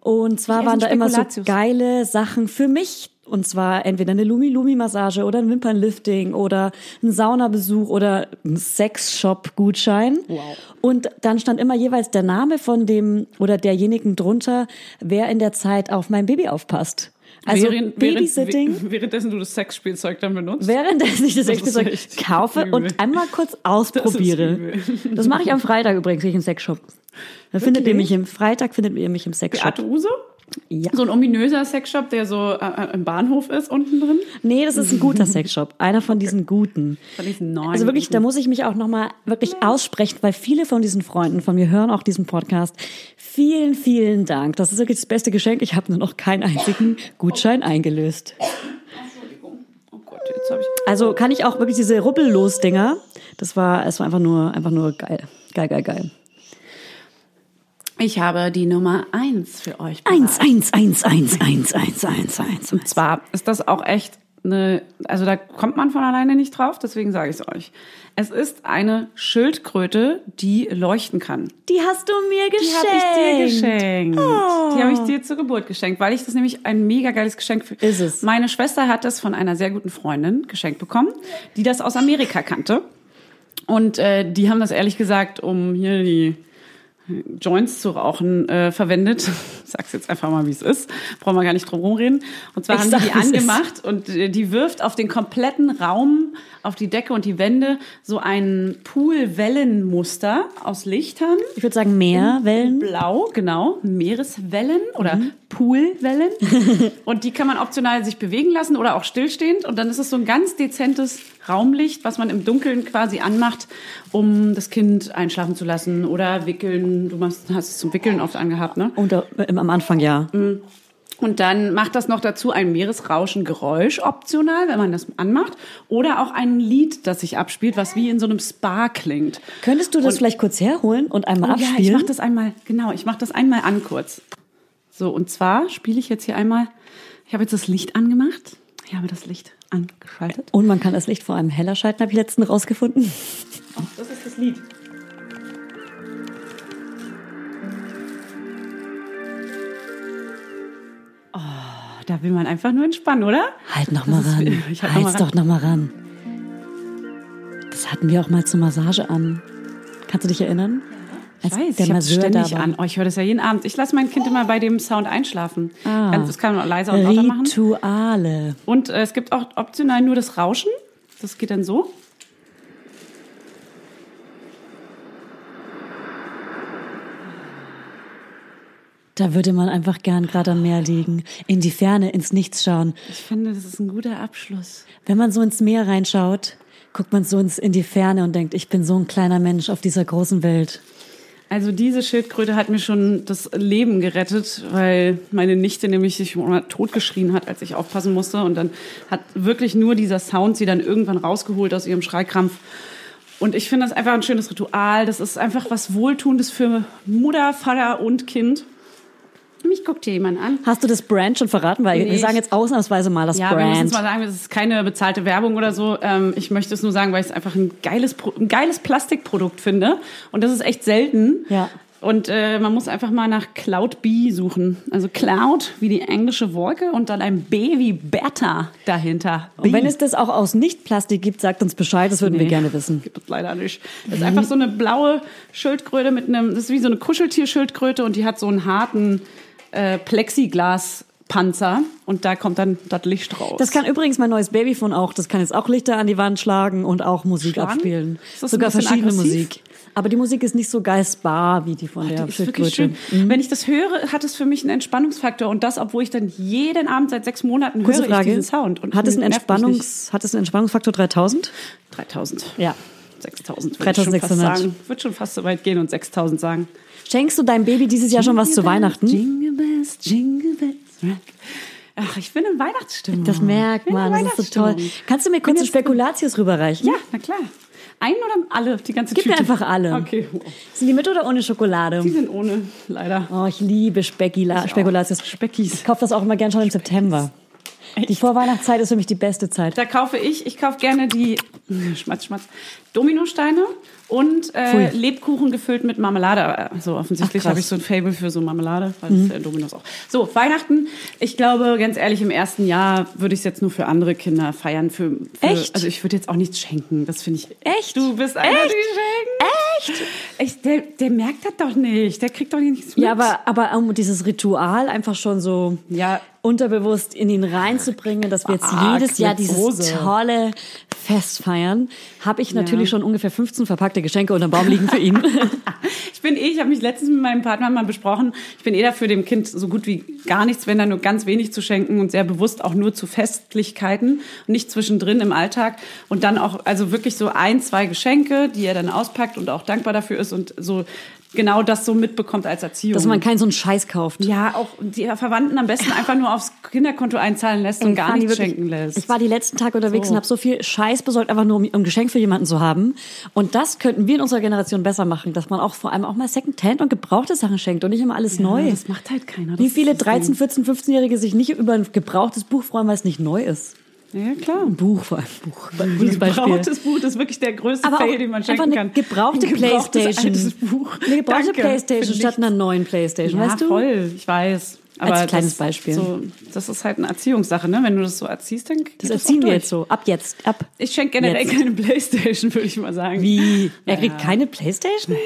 Speaker 1: Und zwar
Speaker 2: Ich esse
Speaker 1: waren da immer so
Speaker 2: Spekulatius.
Speaker 1: geile Sachen für mich Und zwar entweder eine Lumi-Lumi-Massage oder ein Wimpernlifting oder ein Saunabesuch oder ein Sexshop-Gutschein. Wow. Und dann stand immer jeweils der Name von dem oder derjenigen drunter, wer in der Zeit auf mein Baby aufpasst. Also
Speaker 2: während,
Speaker 1: Babysitting.
Speaker 2: Während, währenddessen du das Sexspielzeug dann benutzt.
Speaker 1: Währenddessen ich das,
Speaker 2: Das ist
Speaker 1: Sexspielzeug
Speaker 2: echt
Speaker 1: kaufe
Speaker 2: übel.
Speaker 1: und einmal kurz
Speaker 2: ist
Speaker 1: ausprobiere. Das,
Speaker 2: übel.
Speaker 1: mache ich am Freitag übrigens, gehe ich im Sexshop. Da findet ihr mich im Freitag findet ihr mich im
Speaker 2: Beate
Speaker 1: Sexshop.
Speaker 2: Use?
Speaker 1: Ja.
Speaker 2: So ein ominöser Sexshop, der so äh, im Bahnhof ist unten drin.
Speaker 1: Nee, das ist ein guter Sexshop, einer von diesen guten.
Speaker 2: Von diesen neuen
Speaker 1: Also wirklich, da muss ich mich auch nochmal wirklich aussprechen, weil viele von diesen Freunden von mir hören auch diesen Podcast. Vielen, vielen Dank. Das ist wirklich das beste Geschenk. Ich habe nur noch keinen einzigen Gutschein eingelöst.
Speaker 2: Entschuldigung. Oh Gott, jetzt habe ich.
Speaker 1: Also kann ich auch wirklich diese Ruppellos-Dinger. Das war, es war einfach nur, einfach nur geil. Geil, geil, geil.
Speaker 2: Ich habe die Nummer eins für euch.
Speaker 1: Eins, eins, eins, eins, eins, eins, eins, eins. Und zwar
Speaker 2: zwar ist das auch echt eine, also da kommt man von alleine nicht drauf, deswegen sage ich es euch. Es ist eine Schildkröte, die leuchten kann.
Speaker 1: die hast du mir
Speaker 2: Die
Speaker 1: geschenkt.
Speaker 2: habe ich dir geschenkt.
Speaker 1: Oh.
Speaker 2: Die habe ich dir zur Geburt geschenkt, weil ich das nämlich ein mega geiles Geschenk für.
Speaker 1: Ist es.
Speaker 2: Meine Schwester hat das von einer sehr guten Freundin geschenkt bekommen, die das aus Amerika kannte. Und äh, die haben das ehrlich gesagt, um hier die Joints zu rauchen, äh, verwendet. Ich sag's jetzt einfach mal, wie es ist. Brauchen wir gar nicht drum rumreden. Und zwar
Speaker 1: Ich
Speaker 2: haben
Speaker 1: sag,
Speaker 2: die die
Speaker 1: wie es ist.
Speaker 2: angemacht und äh, die wirft auf den kompletten Raum, auf die Decke und die Wände so ein Poolwellenmuster aus Lichtern.
Speaker 1: Ich würde sagen, mehr Wellen.
Speaker 2: Blau, genau. Meereswellen oder Poolwellen. und die kann man optional sich bewegen lassen oder auch stillstehend. Und dann ist es so ein ganz dezentes Raumlicht, was man im Dunkeln quasi anmacht, um das Kind einschlafen zu lassen oder wickeln. Du machst, hast es zum Wickeln oft angehabt, ne?
Speaker 1: Und äh, am Anfang ja.
Speaker 2: Und dann macht das noch dazu ein Meeresrauschen-Geräusch optional, wenn man das anmacht. Oder auch ein Lied, das sich abspielt, was wie in so einem Spa klingt.
Speaker 1: Könntest du das
Speaker 2: Und-
Speaker 1: vielleicht kurz herholen und einmal
Speaker 2: Oh ja,
Speaker 1: abspielen?
Speaker 2: ich mach das einmal, genau, ich mach das einmal an kurz. So, und zwar spiele ich jetzt hier einmal, ich habe jetzt das Licht angemacht. Ich habe das Licht angeschaltet.
Speaker 1: Und man kann das Licht vor allem heller schalten, habe ich letzten rausgefunden.
Speaker 2: Oh, das ist das Lied. Oh, da will man einfach nur entspannen, oder?
Speaker 1: Halt noch mal
Speaker 2: ist-
Speaker 1: ran.
Speaker 2: ich halt noch
Speaker 1: Halt's
Speaker 2: mal
Speaker 1: doch noch mal ran. Das hatten wir auch mal zur Massage an. Kannst du dich erinnern?
Speaker 2: Ich weiß, ich habe ständig an. Oh, ich höre das ja jeden Abend. Ich lasse mein Kind immer bei dem Sound einschlafen.
Speaker 1: Ah.
Speaker 2: Kannst- Das kann man leiser und lauter machen.
Speaker 1: Rituale.
Speaker 2: Und äh, es gibt auch optional nur das Rauschen. Das geht dann so.
Speaker 1: Da würde man einfach gern gerade am Meer liegen, in die Ferne, ins Nichts schauen.
Speaker 2: Ich finde, das ist ein guter Abschluss.
Speaker 1: Wenn man so ins Meer reinschaut, guckt man so ins, in die Ferne und denkt, ich bin so ein kleiner Mensch auf dieser großen Welt.
Speaker 2: Also diese Schildkröte hat mir schon das Leben gerettet, weil meine Nichte nämlich sich immer totgeschrien hat, als ich aufpassen musste. Und dann hat wirklich nur dieser Sound sie dann irgendwann rausgeholt aus ihrem Schreikrampf. Und ich finde das einfach ein schönes Ritual. Das ist einfach was Wohltuendes für Mutter, Vater und Kind. Mich guckt hier jemand an.
Speaker 1: Hast du das Brand schon verraten? Weil
Speaker 2: Nee,
Speaker 1: wir sagen
Speaker 2: ich-
Speaker 1: jetzt ausnahmsweise mal das
Speaker 2: Ja, wir müssen
Speaker 1: Brand.
Speaker 2: es mal sagen, das ist keine bezahlte Werbung oder so. Ähm, ich möchte es nur sagen, weil ich es einfach ein geiles, Pro ein geiles Plastikprodukt finde. Und das ist echt selten.
Speaker 1: Ja.
Speaker 2: Und äh, man muss einfach mal nach Cloud B suchen. Also Cloud wie die englische Wolke und dann ein B wie Bertha dahinter.
Speaker 1: Und wenn es das auch aus Nicht-Plastik gibt, sagt uns Bescheid, das würden wir
Speaker 2: Nee.
Speaker 1: gerne wissen.
Speaker 2: Gibt es leider nicht. Das ist einfach so eine blaue Schildkröte mit einem, das ist wie so eine Kuscheltierschildkröte und die hat so einen harten äh, Plexiglaspanzer und da kommt dann das Licht raus.
Speaker 1: Das kann übrigens mein neues Babyphone auch. Das kann jetzt auch Lichter an die Wand schlagen und auch Musik
Speaker 2: Schlagen?
Speaker 1: abspielen.
Speaker 2: Ist das ein
Speaker 1: Sogar
Speaker 2: bisschen
Speaker 1: verschiedene
Speaker 2: aggressiv?
Speaker 1: Musik. Aber die Musik ist nicht so geistbar wie die von der
Speaker 2: Die ist wirklich
Speaker 1: Schildkröte.
Speaker 2: schön. Wenn ich das höre, hat es für mich einen Entspannungsfaktor und das, obwohl ich dann jeden Abend seit sechs Monaten
Speaker 1: Kurze
Speaker 2: höre
Speaker 1: Frage.
Speaker 2: ich diesen Sound. Und
Speaker 1: hat, es einen
Speaker 2: nervt mich nicht.
Speaker 1: Entspannungs, hat es einen Entspannungsfaktor 3000?
Speaker 2: 3000.
Speaker 1: Ja.
Speaker 2: 6000. Würde ich schon
Speaker 1: 3600.
Speaker 2: fast sagen. Ich würde schon fast so weit gehen und 6000 sagen.
Speaker 1: Schenkst du deinem Baby dieses Jahr schon was zu
Speaker 2: Jingle bells,
Speaker 1: Weihnachten?
Speaker 2: Jingle bells, jingle bells. rock. Ach, ich bin in Weihnachtsstimmung.
Speaker 1: Das merkt
Speaker 2: Ich bin in
Speaker 1: man, das ist so toll.
Speaker 2: Weihnachtsstimmung.
Speaker 1: Kannst du mir kurz Spekulatius rüberreichen?
Speaker 2: Ja, na klar. Einen oder alle? Die ganze
Speaker 1: Gib mir
Speaker 2: Tüte?
Speaker 1: einfach alle.
Speaker 2: Okay. wow.
Speaker 1: Sind die mit oder ohne Schokolade?
Speaker 2: Die sind ohne, leider.
Speaker 1: Oh, ich liebe Speckila, Spekulatius.
Speaker 2: Speckis.
Speaker 1: Ich kaufe das auch immer gern schon im September. Die Vorweihnachtszeit ist für mich die beste Zeit.
Speaker 2: Da kaufe ich, ich kaufe gerne die Schmatz, Schmatz, Dominosteine und äh,
Speaker 1: Pfui.
Speaker 2: Lebkuchen gefüllt mit Marmelade. Also offensichtlich
Speaker 1: Ach, krass. Mhm.
Speaker 2: habe ich so ein Fable für so Marmelade, weil das äh, Dominos auch. So, Weihnachten, ich glaube, ganz ehrlich, im ersten Jahr würde ich es jetzt nur für andere Kinder feiern. Für, für,
Speaker 1: Echt?
Speaker 2: Also ich würde jetzt auch nichts schenken. Das finde ich.
Speaker 1: Echt?
Speaker 2: Du bist einer,
Speaker 1: Echt?
Speaker 2: die schenken. Echt? Ich, der, der merkt das doch nicht. Der kriegt doch nichts mit.
Speaker 1: Ja, aber, aber um dieses Ritual einfach schon so
Speaker 2: Ja.
Speaker 1: unterbewusst in ihn reinzubringen, dass wir jetzt
Speaker 2: Ah,
Speaker 1: jedes Jahr dieses
Speaker 2: Glukose.
Speaker 1: tolle Fest feiern, habe ich natürlich schon ungefähr 15 verpackte Geschenke unterm Baum liegen für ihn.
Speaker 2: Ich bin eh, ich habe mich letztens mit meinem Partner mal besprochen, ich bin eh dafür, dem Kind so gut wie gar nichts, wenn dann nur ganz wenig zu schenken und sehr bewusst auch nur zu Festlichkeiten und nicht zwischendrin im Alltag und dann auch, also wirklich so ein, zwei Geschenke, die er dann auspackt und auch dankbar dafür ist und so genau das so mitbekommt als Erziehung.
Speaker 1: dass man keinen so einen Scheiß kauft.
Speaker 2: ja, auch die Verwandten am besten einfach nur aufs Kinderkonto einzahlen lässt und
Speaker 1: Ey,
Speaker 2: gar
Speaker 1: Fanny,
Speaker 2: nichts
Speaker 1: wirklich,
Speaker 2: schenken lässt.
Speaker 1: Ich war die letzten Tage unterwegs
Speaker 2: So.
Speaker 1: und habe so viel Scheiß besorgt, einfach nur um, um ein Geschenk für jemanden zu haben. Und das könnten wir in unserer Generation besser machen, dass man auch vor allem auch mal Secondhand und gebrauchte Sachen schenkt und nicht immer alles neu.
Speaker 2: das macht halt keiner.
Speaker 1: Wie
Speaker 2: Das
Speaker 1: viele
Speaker 2: ist das
Speaker 1: 13, 14, 15-Jährige sich nicht über ein gebrauchtes Buch freuen, weil es nicht neu ist?
Speaker 2: Ja, klar.
Speaker 1: Ein Buch vor allem. Buch. Gutes Beispiel.
Speaker 2: Gebrauchtes Buch ist wirklich der größte
Speaker 1: Aber auch
Speaker 2: Fail, den man
Speaker 1: einfach
Speaker 2: schenken
Speaker 1: eine
Speaker 2: kann.
Speaker 1: gebrauchte
Speaker 2: Ein gebrauchtes,
Speaker 1: Playstation.
Speaker 2: Altes Buch.
Speaker 1: Eine gebrauchte
Speaker 2: Danke.
Speaker 1: Playstation
Speaker 2: Für
Speaker 1: statt einer
Speaker 2: nichts.
Speaker 1: neuen Playstation,
Speaker 2: ja,
Speaker 1: weißt du?
Speaker 2: voll, ich weiß. Aber
Speaker 1: Als kleines
Speaker 2: das,
Speaker 1: Beispiel.
Speaker 2: So, das ist halt eine Erziehungssache, ne? Wenn du das so erziehst, dann geht
Speaker 1: Das
Speaker 2: das
Speaker 1: erziehen
Speaker 2: auch
Speaker 1: wir
Speaker 2: durch.
Speaker 1: jetzt so. Ab jetzt. Ab.
Speaker 2: Ich schenke generell
Speaker 1: Jetzt.
Speaker 2: keine Playstation, würde ich mal sagen.
Speaker 1: Wie? Er kriegt keine Playstation?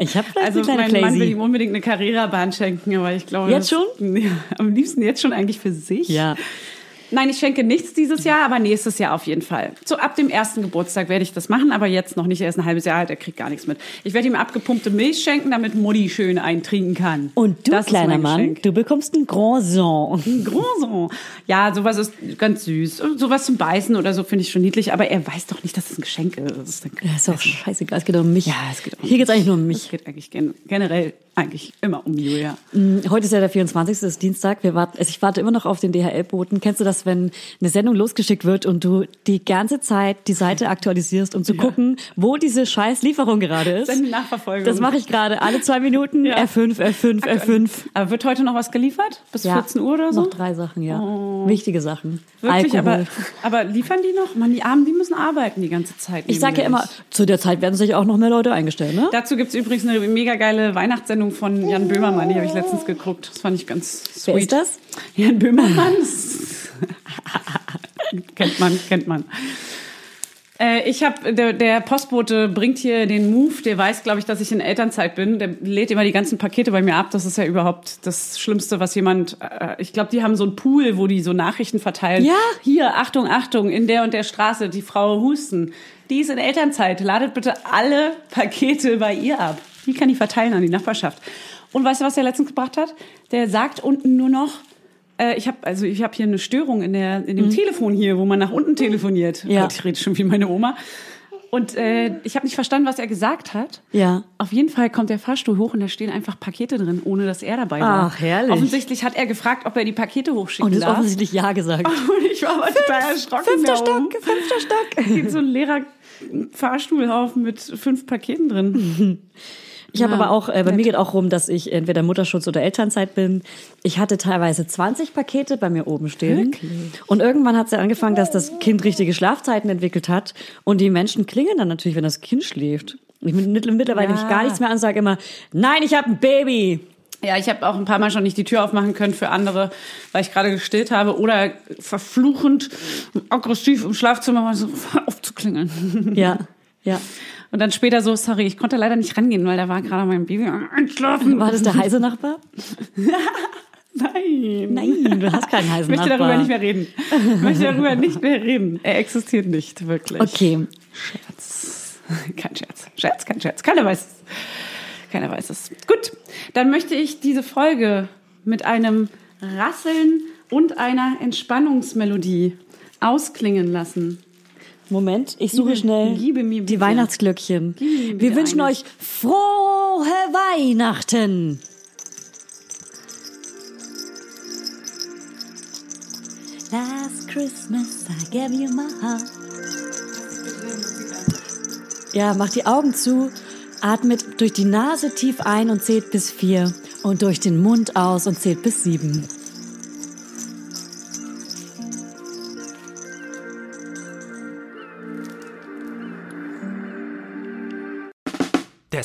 Speaker 1: Ich habe vielleicht
Speaker 2: Also
Speaker 1: eine kleine
Speaker 2: mein Mann will
Speaker 1: Playsee.
Speaker 2: ihm unbedingt eine Carrera-Bahn schenken, aber ich glaube...
Speaker 1: Jetzt
Speaker 2: das- Ja, am liebsten jetzt schon eigentlich für sich.
Speaker 1: Ja.
Speaker 2: Nein, ich schenke nichts dieses Jahr, aber nächstes Jahr auf jeden Fall. So ab dem ersten Geburtstag werde ich das machen, aber jetzt noch nicht. Er ist ein halbes Jahr alt, er kriegt gar nichts mit. Ich werde ihm abgepumpte Milch schenken, damit Mutti schön eintrinken kann.
Speaker 1: Und du,
Speaker 2: Das ist
Speaker 1: kleiner
Speaker 2: mein
Speaker 1: Mann,
Speaker 2: Geschenk.
Speaker 1: du bekommst einen Grand Son.
Speaker 2: Großon. Ja, sowas ist ganz süß. Und Sowas zum Beißen oder so finde ich schon niedlich, aber er weiß doch nicht, dass es ein Geschenk ist. Das ist ein-
Speaker 1: Das ist doch scheißegal, es geht um mich.
Speaker 2: Ja, es geht um
Speaker 1: Hier geht es eigentlich nur um
Speaker 2: Es
Speaker 1: mich.
Speaker 2: geht eigentlich gen generell eigentlich immer um Julia.
Speaker 1: Hm, Heute ist ja der 24. Das ist Dienstag. Wir warten, also ich warte immer noch auf den DHL-Boten. Kennst du das, wenn eine Sendung losgeschickt wird und du die ganze Zeit die Seite aktualisierst, um zu gucken, wo diese scheiß Lieferung gerade ist?
Speaker 2: Sendennachverfolgung.
Speaker 1: Das mache ich gerade alle zwei Minuten.
Speaker 2: Ja.
Speaker 1: F5, F5, F5.
Speaker 2: Aber wird heute noch was geliefert? Bis 14 Uhr oder so? Oh.
Speaker 1: Noch drei Sachen, ja. Wichtige Sachen.
Speaker 2: Wirklich, aber,
Speaker 1: Alkohol.
Speaker 2: aber liefern die noch? Mann, die Armen, die müssen arbeiten die ganze Zeit.
Speaker 1: ich sage ja immer,
Speaker 2: nämlich.
Speaker 1: zu der Zeit werden sich auch noch mehr Leute eingestellt, ne?
Speaker 2: Dazu gibt's übrigens eine mega geile Weihnachtssendung von Jan Böhmermann, die habe ich letztens geguckt. Das fand ich ganz sweet.
Speaker 1: Wer ist das?
Speaker 2: Jan Böhmermann. kennt man, kennt man. Äh, Ich habe der, der Postbote bringt hier den Move. Der weiß, glaube ich, dass ich in Elternzeit bin. Der lädt immer die ganzen Pakete bei mir ab. Das ist ja überhaupt das Schlimmste, was jemand. Äh, ich glaube, die haben so einen Pool, wo die so Nachrichten verteilen.
Speaker 1: Ja.
Speaker 2: Hier, Achtung, Achtung, in der und der Straße die Frau Husten. Die ist in Elternzeit. Ladet bitte alle Pakete bei ihr ab. Die kann die verteilen an die Nachbarschaft. Und weißt du, was der letztens gebracht hat? Der sagt unten nur noch. äh, Ich habe also ich habe hier eine Störung in der in dem Telefon hier, wo man nach unten telefoniert.
Speaker 1: Mhm. Ja.
Speaker 2: Gott, ich rede schon wie meine Oma. Und äh, ich habe nicht verstanden, was er gesagt hat.
Speaker 1: Ja.
Speaker 2: Auf jeden Fall kommt der Fahrstuhl hoch und da stehen einfach Pakete drin, ohne dass er dabei war.
Speaker 1: Ach, herrlich.
Speaker 2: Offensichtlich hat er gefragt, ob er die Pakete hochschicken
Speaker 1: Und ist
Speaker 2: darf.
Speaker 1: offensichtlich Ja gesagt.
Speaker 2: Und ich war aber total erschrocken.
Speaker 1: Fünfter
Speaker 2: darum.
Speaker 1: Stock, fünfter Stock.
Speaker 2: Steht so ein leerer Fahrstuhlhaufen mit fünf Paketen drin.
Speaker 1: Ich habe
Speaker 2: Ja,
Speaker 1: aber auch, äh, bei mir geht auch rum, dass ich entweder Mutterschutz oder Elternzeit bin. Ich hatte teilweise 20 Pakete bei mir oben stehen. Und irgendwann hat es ja angefangen, dass das Kind richtige Schlafzeiten entwickelt hat. Und die Menschen klingen dann natürlich, wenn das Kind schläft. Ich bin mittl- mittlerweile
Speaker 2: Ja.
Speaker 1: nicht gar nichts mehr an, sage immer, nein, ich habe ein Baby.
Speaker 2: Ja, ich habe auch ein paar Mal schon nicht die Tür aufmachen können für andere, weil ich gerade gestillt habe oder verfluchend aggressiv im Schlafzimmer war, so aufzuklingeln.
Speaker 1: Ja, ja.
Speaker 2: Und dann später so, sorry, ich konnte leider nicht rangehen, weil da war gerade mein Baby entschlafen.
Speaker 1: War das der heiße Nachbar?
Speaker 2: Nein.
Speaker 1: Nein, du hast keinen
Speaker 2: Ich
Speaker 1: heißen
Speaker 2: möchte
Speaker 1: Nachbar.
Speaker 2: darüber nicht mehr reden. Ich möchte darüber nicht mehr reden. Er existiert nicht, wirklich.
Speaker 1: Okay,
Speaker 2: Scherz. Kein Scherz. Scherz, kein Scherz. Keiner weiß es. Keiner weiß es. Gut, dann möchte ich diese Folge mit einem Rasseln und einer Entspannungsmelodie ausklingen lassen.
Speaker 1: Moment, ich suche
Speaker 2: Liebe-
Speaker 1: schnell
Speaker 2: Liebe mir
Speaker 1: die
Speaker 2: bitte.
Speaker 1: Weihnachtsglöckchen.
Speaker 2: Liebe mir
Speaker 1: Wir
Speaker 2: bitte
Speaker 1: wünschen
Speaker 2: eine.
Speaker 1: euch frohe Weihnachten. Last Christmas I gave you my heart. Ja, macht die Augen zu, atmet durch die Nase tief ein und zählt bis vier und durch den Mund aus und zählt bis sieben.
Speaker 3: Der